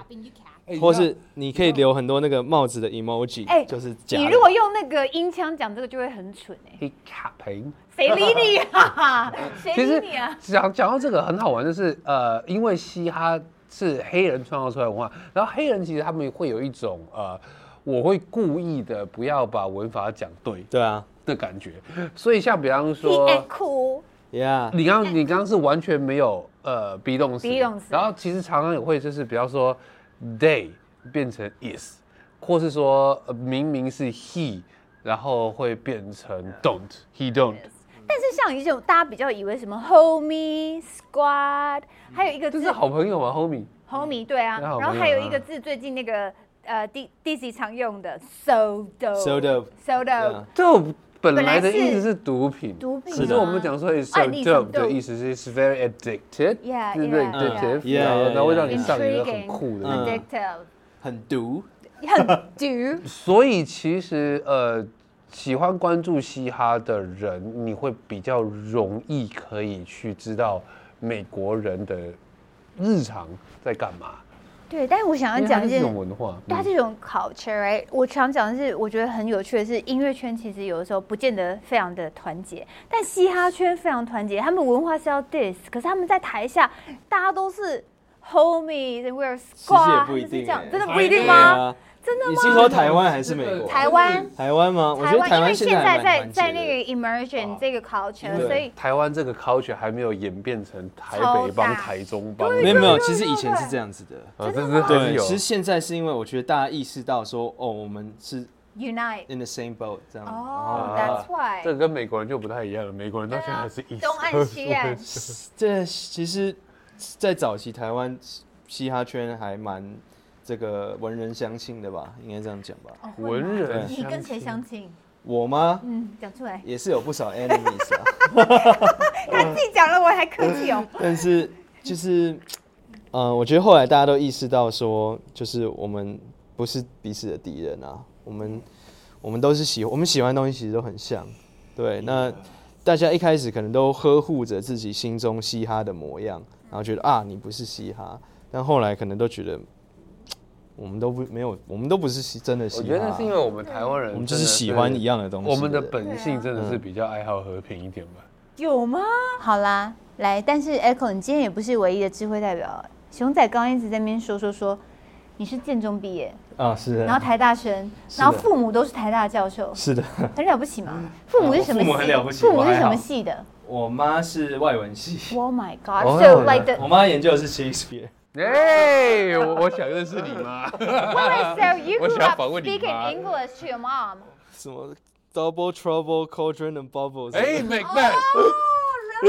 A: 哎
C: 或是哎你可以留很多那个帽子的 emoji，、
B: 哎
C: 就是假的。
B: 你如果用那个音腔讲这个就会很蠢哎，
A: he capping。
B: 谁理你
C: *laughs*
B: 啊？谁
A: 其实
B: 理你啊？
A: 讲讲到这个很好玩，就是呃，因为嘻哈是黑人创造出来的文化，然后黑人其实他们会有一种呃，我会故意的不要把文法讲对
C: 对啊
A: 的感觉，所以像比方
B: He
A: 说，
B: act cool，
C: ，yeah，
A: 你刚你刚刚是完全没有呃 be 动词，
B: be 动词
A: 然后其实常常也会就是比方说 they 变成 is，或是说、呃明明是 he，然后会变成 don't he don't，
B: 但是像以前大家比较以为什么 homie squad，还有一个
A: 这
B: 字
A: 是好朋友嘛 homie。
B: homie 对啊，
A: 这好朋友
B: 然后还有一个字最近那个呃 D D C 常用的 soda
C: So dope 啊
B: soda
A: 就本
B: 本
A: 来
B: 来
A: 的
B: 是
A: 意思是毒品，
B: 毒品
A: 可是
B: 吗
A: 我们讲说 it's so
B: 啊你是
A: dope 的
B: dope
A: 意思是 it's very addicted，
B: Yeah,
A: 对不对
B: yeah,
A: ？addictive，
C: yeah.
A: 然后
C: Yeah, yeah,
A: 然后会让你
C: yeah.
A: 上瘾，的很酷的。
C: 嗯
B: addictive
C: 很毒，
A: *laughs*
B: 很毒，
A: 所以其实呃，喜欢关注嘻哈的人，你会比较容易可以去知道美国人的日常在干嘛。
B: 对，但是我想
A: 因为
B: 要
A: 它
B: 讲
A: 是
B: 一
A: 这
B: 件
A: 种文化，嗯
C: 嗯
B: 对它这种 culture，、right? 我常讲的是，我觉得很有趣的是，音乐圈其实有的时候不见得非常的团结，但嘻哈圈非常团结，他们文化是要 diss，可是他们在台下大家都是 homies，we're
C: 其实
B: squad，
C: 也不
B: 他们
C: 一
B: 是
C: 定、
B: 这样
C: 欸，
B: 真的不一定
C: 对
B: 吗？
C: 啊，
B: 真的
C: 你
B: 吗？
C: 是说台湾还是美国？
B: 台湾。
C: 台湾吗？啊我觉
B: 台
C: 得
B: 湾，
C: 台
B: 因为
C: 湾
B: 现
C: 在还
B: 在
C: 蛮
B: 在
C: 团结
B: 在那
C: 的哦
B: 个 immersion 这个 culture，
C: 对
B: 所以
A: 台湾这个 culture 还没有演变成台
B: 超
A: 北帮、
B: 大
A: 台中帮，
C: 没有没有，其实以前是这样子的。
A: 啊，真的还是
C: 对，
A: 有
C: 其。实现在是因为我觉得大家意识到说，哦，我们是
B: unite。
C: in the same boat 这样，啊
B: 哦，That's why
A: 这。跟美国人就不太一样了，美国人到现在还是一
B: 啊东岸西
C: *laughs*
B: 岸，
C: 这其实，在早期台湾嘻哈圈还蛮这个文人相亲的吧，应该这样讲吧。
A: *laughs*
B: 哦
A: 文人
B: 你跟谁
A: 亲
B: 相亲？
C: 我吗？
B: 嗯，讲出
C: *laughs*
B: 来。
C: 也是有不少 enemies 啊，
B: 他自己讲了，我还客气哦。
C: 但是就是，呃，我觉得后来大家都意识到说，就是我们不是彼此的敌人啊，我们我们都是喜我们喜欢的东西其实都很像，对，那。大家一开始可能都呵护着自己心中嘻哈的模样，然后觉得啊，你不是嘻哈，但后来可能都觉得，嘖我们都不没有，我们都不是嘻真的嘻
A: 我
C: 哈。啊
A: 觉得是因为我们台湾人，
C: 我们就是喜欢一样的东西
A: 我们的
C: 对
A: 本性真的是比较爱好和平一点吧。
B: 有吗？好啦，来，但是 Echo，你今天也不是唯一的智慧代表。熊仔刚刚一直在那边说说说，你是建中毕业，
C: 啊，是
B: 然后
C: 的，
B: 台大生，
C: 的
B: 然后父母都是台大教授，
C: 是的， *laughs*
B: 很了不起嘛？
A: 嗯
B: 父母是什么系？
C: 我父母很了不起
B: 父母是
C: 我还
B: 什
C: 好
B: 么系的
C: 我妈是外文系，
B: ？Oh my
A: 哦
B: god！So like the
C: 我妈研究的是 Shakespeare。
A: 哎，我我想认识你妈。
B: wait, wait, so you
A: 我
B: grew
A: 想
B: up
A: 访问你
B: speaking
A: 妈
B: English to your mom.
C: 什么 double trouble cauldron and
A: *laughs*
C: bubbles？
A: 哎，Macbeth，Macbeth，
B: 哦，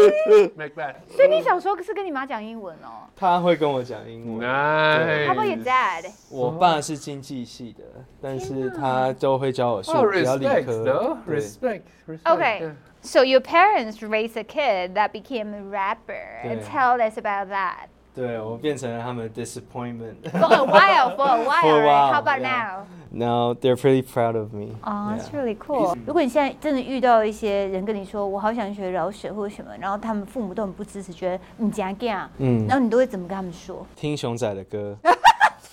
B: 所以你小时候是跟你妈讲英文哦？
C: *laughs* 他会跟我讲英文。
A: 哎
B: How about your dad？
C: 我爸是经济系的，但是他都会教我
A: 哦
C: 说不要理科。对
A: ，respect，respect，respect。
B: Okay. So your parents raised a kid that became a rapper.
C: 对
B: Tell us about that.
C: 对，我变成了他们的 disappointment。 *laughs*
B: For a while, for a while,
C: For a
B: right?
C: while,
B: How about
C: yeah.
B: now?
C: Now they're pretty proud of me.
B: 哦、t h
C: Yeah.
B: a t s really cool。如果你现在真的遇到一些人跟你说我好想学饶舌或者什么，然后他们父母都很不支持，觉得你假假，嗯，然后你都会怎么跟他们说？
C: 听熊仔的歌，，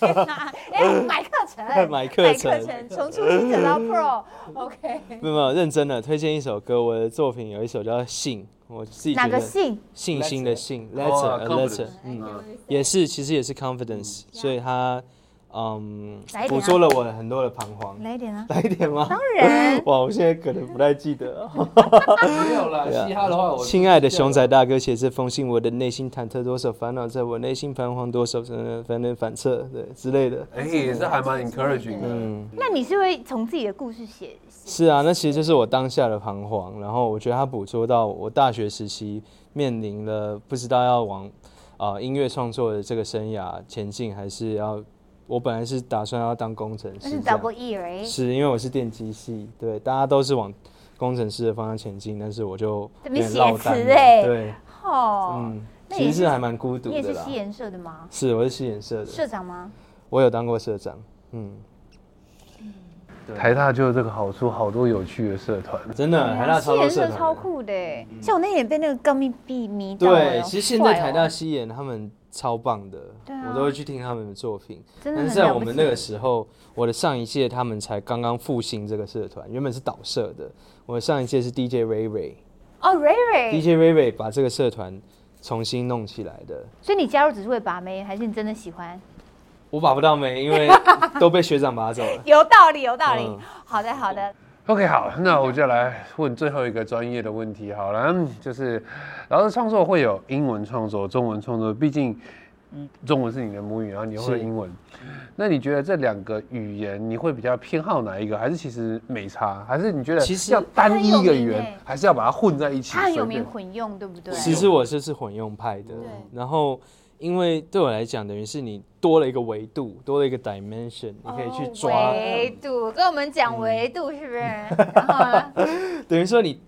B: *laughs* 哎、买课程
C: 嗯 *laughs* 买课程
B: 买课程，从初心者到
C: *laughs*
B: Pro。OK，
C: 没有没有认真的推荐一首歌。我的作品有一首叫《信》，我自己觉
B: 哪个
C: 得
B: 嗯信？
C: 信心的信嗯
A: Letter 哦
C: ，letter，letter，
A: confidence
C: 嗯，也是其实也是 confidence，所以它嗯
B: 来一，点啊
C: 捕捉了我很多的彷徨。
B: 来一点啊！
C: 来一点吗？当
B: 然。
C: 哇，我现在可能不太记得了。 *laughs*
A: 没有啦，嘻哈的话，我
C: 啊亲爱的熊仔大哥，写这封信，我的内心忐忑多少，烦恼在我内心彷徨多少，呃反正反侧对之类的。
A: 哎，这还蛮 encouraging 的。
C: 嗯，
B: 那你是会从自己的故事写？
C: 是啊，那其实就是我当下的彷徨。然后我觉得他捕捉到我大学时期面临了不知道要往啊、呃音乐创作的这个生涯前进，还是要我本来是打算要当工程
B: 那
C: 师
B: 是
C: 这样，
B: double E 而已，
C: 是因为我是电机系，对，大家都是往工程师的方向前进，但是我就
B: 这边
C: 有点落
B: 写
C: 单
B: 词
C: 了
B: 欸
C: 对，
B: 哦，
C: 嗯，
B: 那
C: 其
B: 也
C: 实
B: 是
C: 是还蛮孤独
B: 你也
C: 的
B: 是
C: 啦
B: 西。研社的吗？
C: 是，我是戏演社的，
B: 社长吗？
C: 我有当过社长，嗯，
A: 台大就有这个好处，好多有趣的社团。
C: 真的，台大
B: 西
C: 超多
B: 研
C: 社
B: 啊社
C: 团的，嗯
B: 超酷的欸，像我那天也被那个高密币迷到了。
C: 对，其实现
B: 好
C: 在
B: 帅哦
C: 台大戏演他们超棒的，
B: 对啊
C: 我都会去听他们的作品。
B: 真的
C: 但
B: 很
C: 是在
B: 了
C: 我
B: 不
C: 们
B: 起
C: 那个时候，我的上一届他们才刚刚复兴这个社团，原本是导社的，我的上一届是 DJ Ray Ray，DJ
B: 哦，Ray Ray，
C: Ray Ray 把这个社团重新弄起来的。
B: 所以你加入只是为把妹，还是你真的喜欢？
C: 我把不到没，因为 *laughs* 都被学长拔走了。
B: 有道理，有道理
C: 嗯。
B: 好的，好的。
A: OK，好，那我就来问最后一个专业的问题好了，嗯就是老师创作会有英文创作、中文创作，毕竟嗯中文是你的母语，然后你又会
C: 是
A: 英文，那你觉得这两个语言你会比较偏好哪一个？还是其实没差？还是你觉得
C: 其实
A: 要单一一个语
B: 它很有名
A: 言
B: 欸，
A: 还是要把它混在一起？
B: 他很有名
A: 随便
B: 混用，对不对？
C: 其实我就是混用派的，然后因为对我来讲，等于是你多了一个维度，多了一个 dimension，你可以去抓，
B: 维度，跟我们讲维
C: 嗯
B: 度是不是？
C: *laughs*
B: 然后呢？
C: 等于说你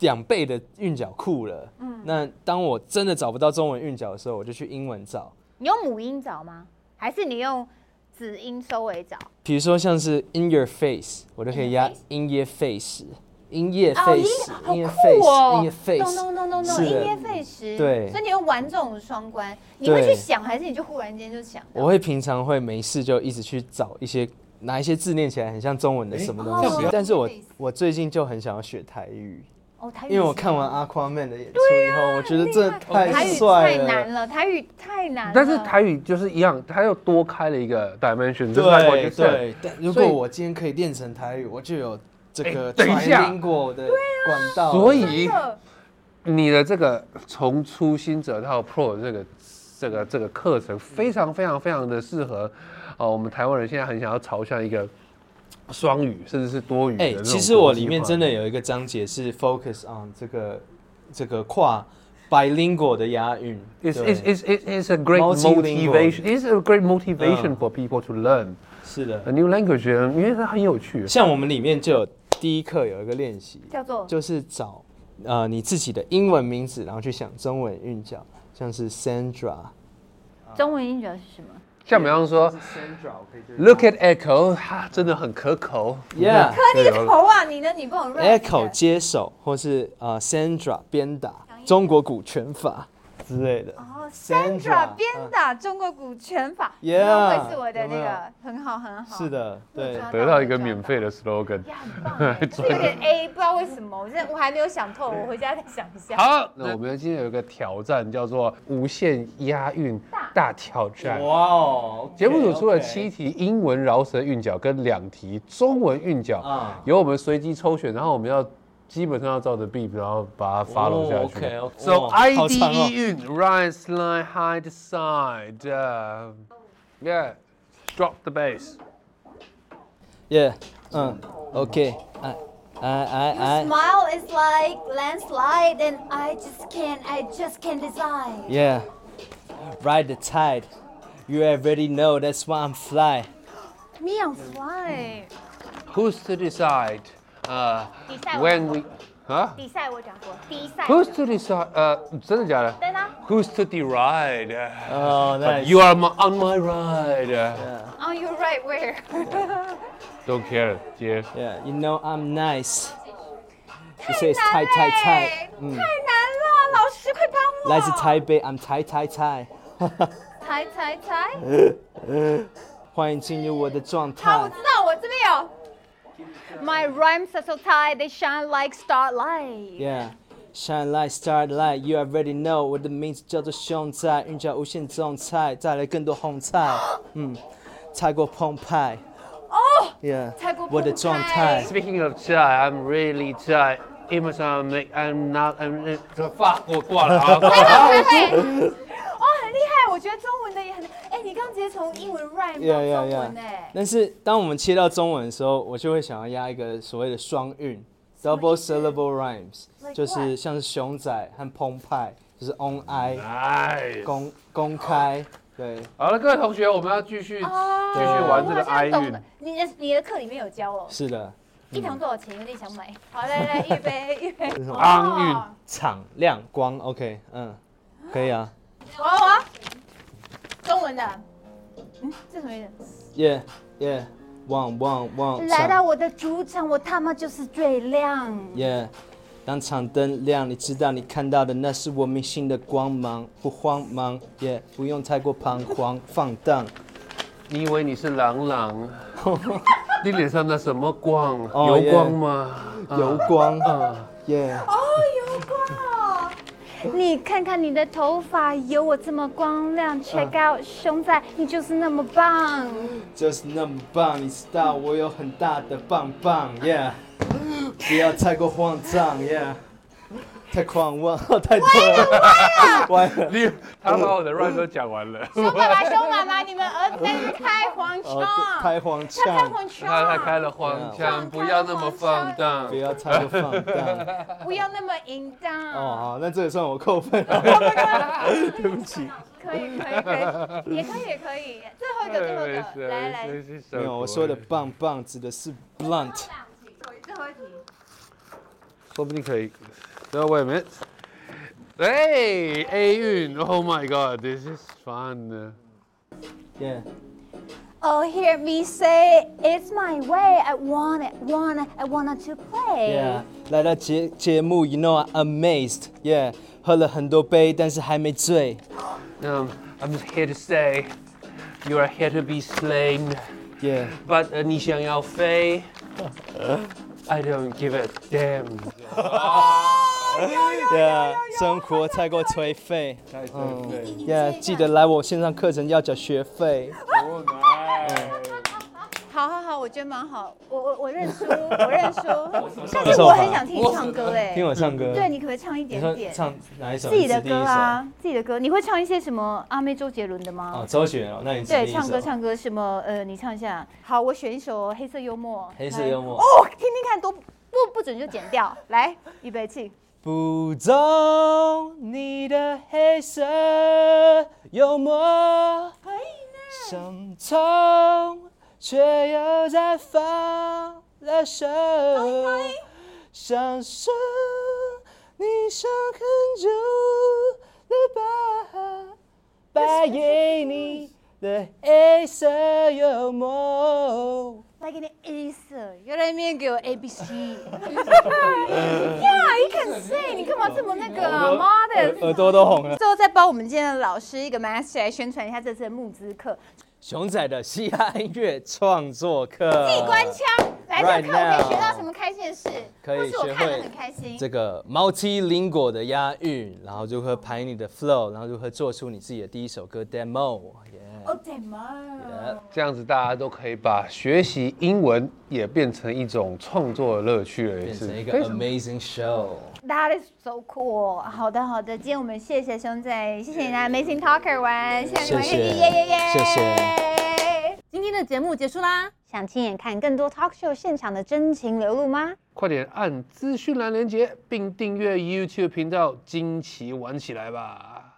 C: 两倍的韵脚库了。那当我真的找不到中文韵脚的时候，我就去英文找，
B: 你用母音找吗？还是你用子音收尾找？
C: 比如说像是 in your face，我就可以压 in your face，in your face，in your face，in
B: 咚咚
C: your face，
B: 咚咚咚，
C: 是
B: 音
C: 的
B: 乐费时。
C: 对
B: 所以你会玩这种双关，你会去
C: 对
B: 想，还是你就忽然间就想到？
C: 我会平常会没事就一直去找一些拿一些字念起来很像中文的什么东
B: 哦
C: 西，但是我
B: 类似
C: 我最近就很想要学台语，
B: 哦，台语
C: 因为我看完阿夸曼的演出以后，我觉得这
B: 啊台
C: 太
B: 语太
C: 帅
B: 难
C: 了。
B: 了，台语太难了。
A: 但是台语就是一样，它又多开了一个 dimension，这是它完
C: 对
A: 全是
C: 对，但如
A: 所以
C: 果我今天可以练成台语，我就有这
A: 哎
C: 个
A: 等一
C: 传
A: 下
C: 经过我的
B: 啊
C: 管道了。
A: 所以
B: 真的
A: 你的这个从初心者到 Pro 这个这个这个课程非常非常非常的适合，呃，我们台湾人现在很想要朝向一个双语甚至是多语的
C: 哎、
A: 这种
C: 其实我里面
A: 国际化
C: 真的有一个章节是 focus on 这个这个跨 bilingual 的押韵。
A: It's,
C: 对
A: it's, it's, it's it's a great
C: Multilingual
A: motivation. It's a great motivation
C: 嗯
A: for people to learn
C: 是的
A: a，new language，因为它很有趣。
C: 像我们里面就有第一课有一个练习，
B: 叫做
C: 就是找呃你自己的英文名字，然后去想中文韵脚，像是 Sandra。
B: 中文音角是什么？
A: 像比方说，Look
C: Look
A: at Echo，它真的很可口。
C: Yeah
A: 对有了
B: 头啊，你的女朋友 rap 的
C: Echo 接手，或是呃 Sandra 鞭打中国古拳法之类的。
B: 哦，Sandra 鞭打中国股权法，
C: 啊 Yeah，
B: 那会是我的那
C: 有没有
B: 个很好很好，
C: 是，的，对。
A: 得到一个免费的 slogan。
B: 呀，很棒哎，
A: *laughs*
B: 就是有点 A，不知道为什么，我现在我还没有想透，我回家再想一下。
A: 好，那我们今天有一个挑战叫做无限押韵大挑战。
C: 哇哦！
A: 节目组出了七题英文饶舌韵脚跟两题中文韵脚，
C: 啊，
A: 由我们随机抽选，然后我们要基本上要照着 beat，然后把它发拢下去。
C: 哦 OK，OK，
A: So
C: 哇好长
A: IDE
C: 哦
A: 韵，right slide hide side，yeah，drop the bass。
C: 耶，嗯，OK，I 哎 I I I
I: Smile is like landslide, and I just can't, I just can't decide.
C: yeah, ride the tide. You already know that's why I'm fly.
B: Me on fly，
A: Who's to decide？呃
B: 比赛我
A: ，when we 啊
B: 比赛我讲过，比赛
A: ，Who's to decide？呃，真的假的
B: 真的啊
A: ？Who's to deride？
C: 哦，那
A: You are my, on my ride.
B: ，On your？Oh, right where？
A: Don't care. 接
C: yeah, you know I'm nice. You say
B: 太
C: it's tai
B: 难
C: tai
B: 嘞
C: tai.，
B: 太难了，老师快帮我。
C: 嗯来自台北，I'm tai tai tai。 *laughs*
B: 猜猜猜，
C: 欢迎进入我的状
B: 好，我
C: 态
B: 知。道，我这边有。My rhymes are so tight, they shine like starlight.
C: Yeah. Shine light, start light, you already know 我的名字叫做熊仔，韵脚无限种菜，带来更多红菜。嗯，太过澎湃。哦，Yeah，
B: 太过澎湃
C: 我的状态。
A: Speaking of Thai, I'm really Thai. I'm not, I'm not, I'm uh, not. 法国挂了啊！ *laughs*
B: 哦，很厉害，我觉得中文的也很，哎，你刚刚直接从英文 rhyme 到
C: Yeah, yeah,
B: 中
C: yeah
B: 文哎。
C: 但是当我们切到中文的时候，我就会想要押一个所谓的双韵 （double syllable rhymes），就是像是熊仔和澎湃，就是 on i
A: 哎，
C: 公公开。对，
A: 好了，各位同学，我们要继续继续玩这个
B: 我好
A: I
B: 像懂
A: 韵
B: 了。，你的你的课里面有教哦，
C: 是的，
B: 一堂多少钱？有点想买。好，来来，
A: *laughs*
B: 预备预备。
A: 昂韵，
D: 敞亮
C: 光 OK，嗯，可以啊。
B: 我我中文的，嗯，这什么意思？
C: Yeah, yeah, one, one, one.
B: 来到我的主场，我他妈就是最亮。
C: Yeah，当场灯亮，你知道你看到的那是我明星的光芒，不慌忙，也、不用太过彷徨放荡。
A: 你以为你是郎 *laughs* 朗？你脸上那什么光？
C: 哦
A: 油光吗？
C: 油光，
A: 啊，
C: 耶、
H: 哦 *laughs* 你看看你的头发有我这么光
C: 啊
H: 亮，check out，熊仔你就是那么棒。
C: 就是那么棒，你知道我有很大的棒棒，Yeah，不要太过慌张，Yeah，太狂妄， *laughs* 太多了， *laughs* 歪了。
A: 你他把我的 rap 都讲完了，
B: 凶爸爸、
A: *laughs*
B: 凶妈妈，你们儿子在那边开黄腔，
C: 哦，开黄
B: 他开
C: 腔，
B: 黄
A: 他他开
B: 腔，
A: 了黄腔，
B: 腔
A: 不要那么放荡
C: 不。要太过放荡。
H: *laughs*
B: 不要那么淫荡。
C: 哦，好，那这也算我扣分了， *laughs* 对不起。
B: 可以可以可
A: *laughs*
B: 以，也可以也可以，最后一个最后
A: 哎没
B: 一
A: 事
B: 个，来来，
A: 没事
C: 没有，我说的棒棒指的是 blunt。
B: 最后一题。
A: 说不定可以。So wait a minute. Hey, A 韵，Oh my God, this is fun.
C: Yeah.
H: Oh, hear me say, it's my way. I want it, want it, I want to play.
C: Yeah，来到节节目，You know I'm amazed。Yeah，喝了很多杯，但是还没醉。
A: Um, I'm here to say, you are here to be slain,
C: Yeah，
A: but、你 uh, 想要 *laughs* 飞，I don't give a damn.
C: yeah，生活太过颓废。太颓废。Yeah，记得来我线上课程要缴学费。
B: 好好好，我觉得蛮好，我我
H: *laughs*
B: 我认输，我认输。但是我很想听你唱歌哎，
C: 听我唱歌。
B: 对，你可不可以唱一点点？
C: 唱哪一首？
B: 自己的歌啊，自己的歌，你会唱一些什么阿妹周杰伦的吗？
C: 哦，周璇哦，那你
B: 对，唱歌唱歌什么？呃，你唱一下。好，我选一首《黑色幽默》。
C: 黑色幽默
B: 哦，听听看，多不不准就剪掉。来，预备起。
C: 不懂你的黑色幽默，伤痛却又在放了手，享受你想很久了吧，把给你的黑色幽默。
B: 来给你 A 色，原来面给我 A B C。Yeah，you can say，你干嘛这么那个啊？妈的！
C: 耳朵都红了。
B: 最后再帮我们今天的老师一个 master 来宣传一下这次的募资课，
C: 熊仔的嘻哈音乐创作课，
B: 闭关枪来这
C: Right
B: 个课我可
C: now
B: 以学到什么开心的事？
C: 可以
B: 或是我
C: 学
B: 看了
C: 会
B: 很开心。
C: 这个 multilingual 的押韵，然后如何排你的 flow，然后如何做出你自己的第一首歌 demo。
B: 哦，对嘛。
A: 这样子大家都可以把学习英文也变成一种创作的乐趣了，也
C: 变
A: 是
C: 成一个
A: 非常
C: amazing show。
B: That is so cool。好的，好的，今天我们谢谢兄弟，谢谢你来 Amazing Talker 玩，谢谢你玩，
C: 谢谢
B: 耶耶耶，
C: 谢
B: 谢。
G: 今天的节目结束啦，
H: 想亲眼看更多 talk show 现场的真情流露吗？
A: 快点按资讯栏连接，并订阅 YouTube 频道，惊奇玩起来吧！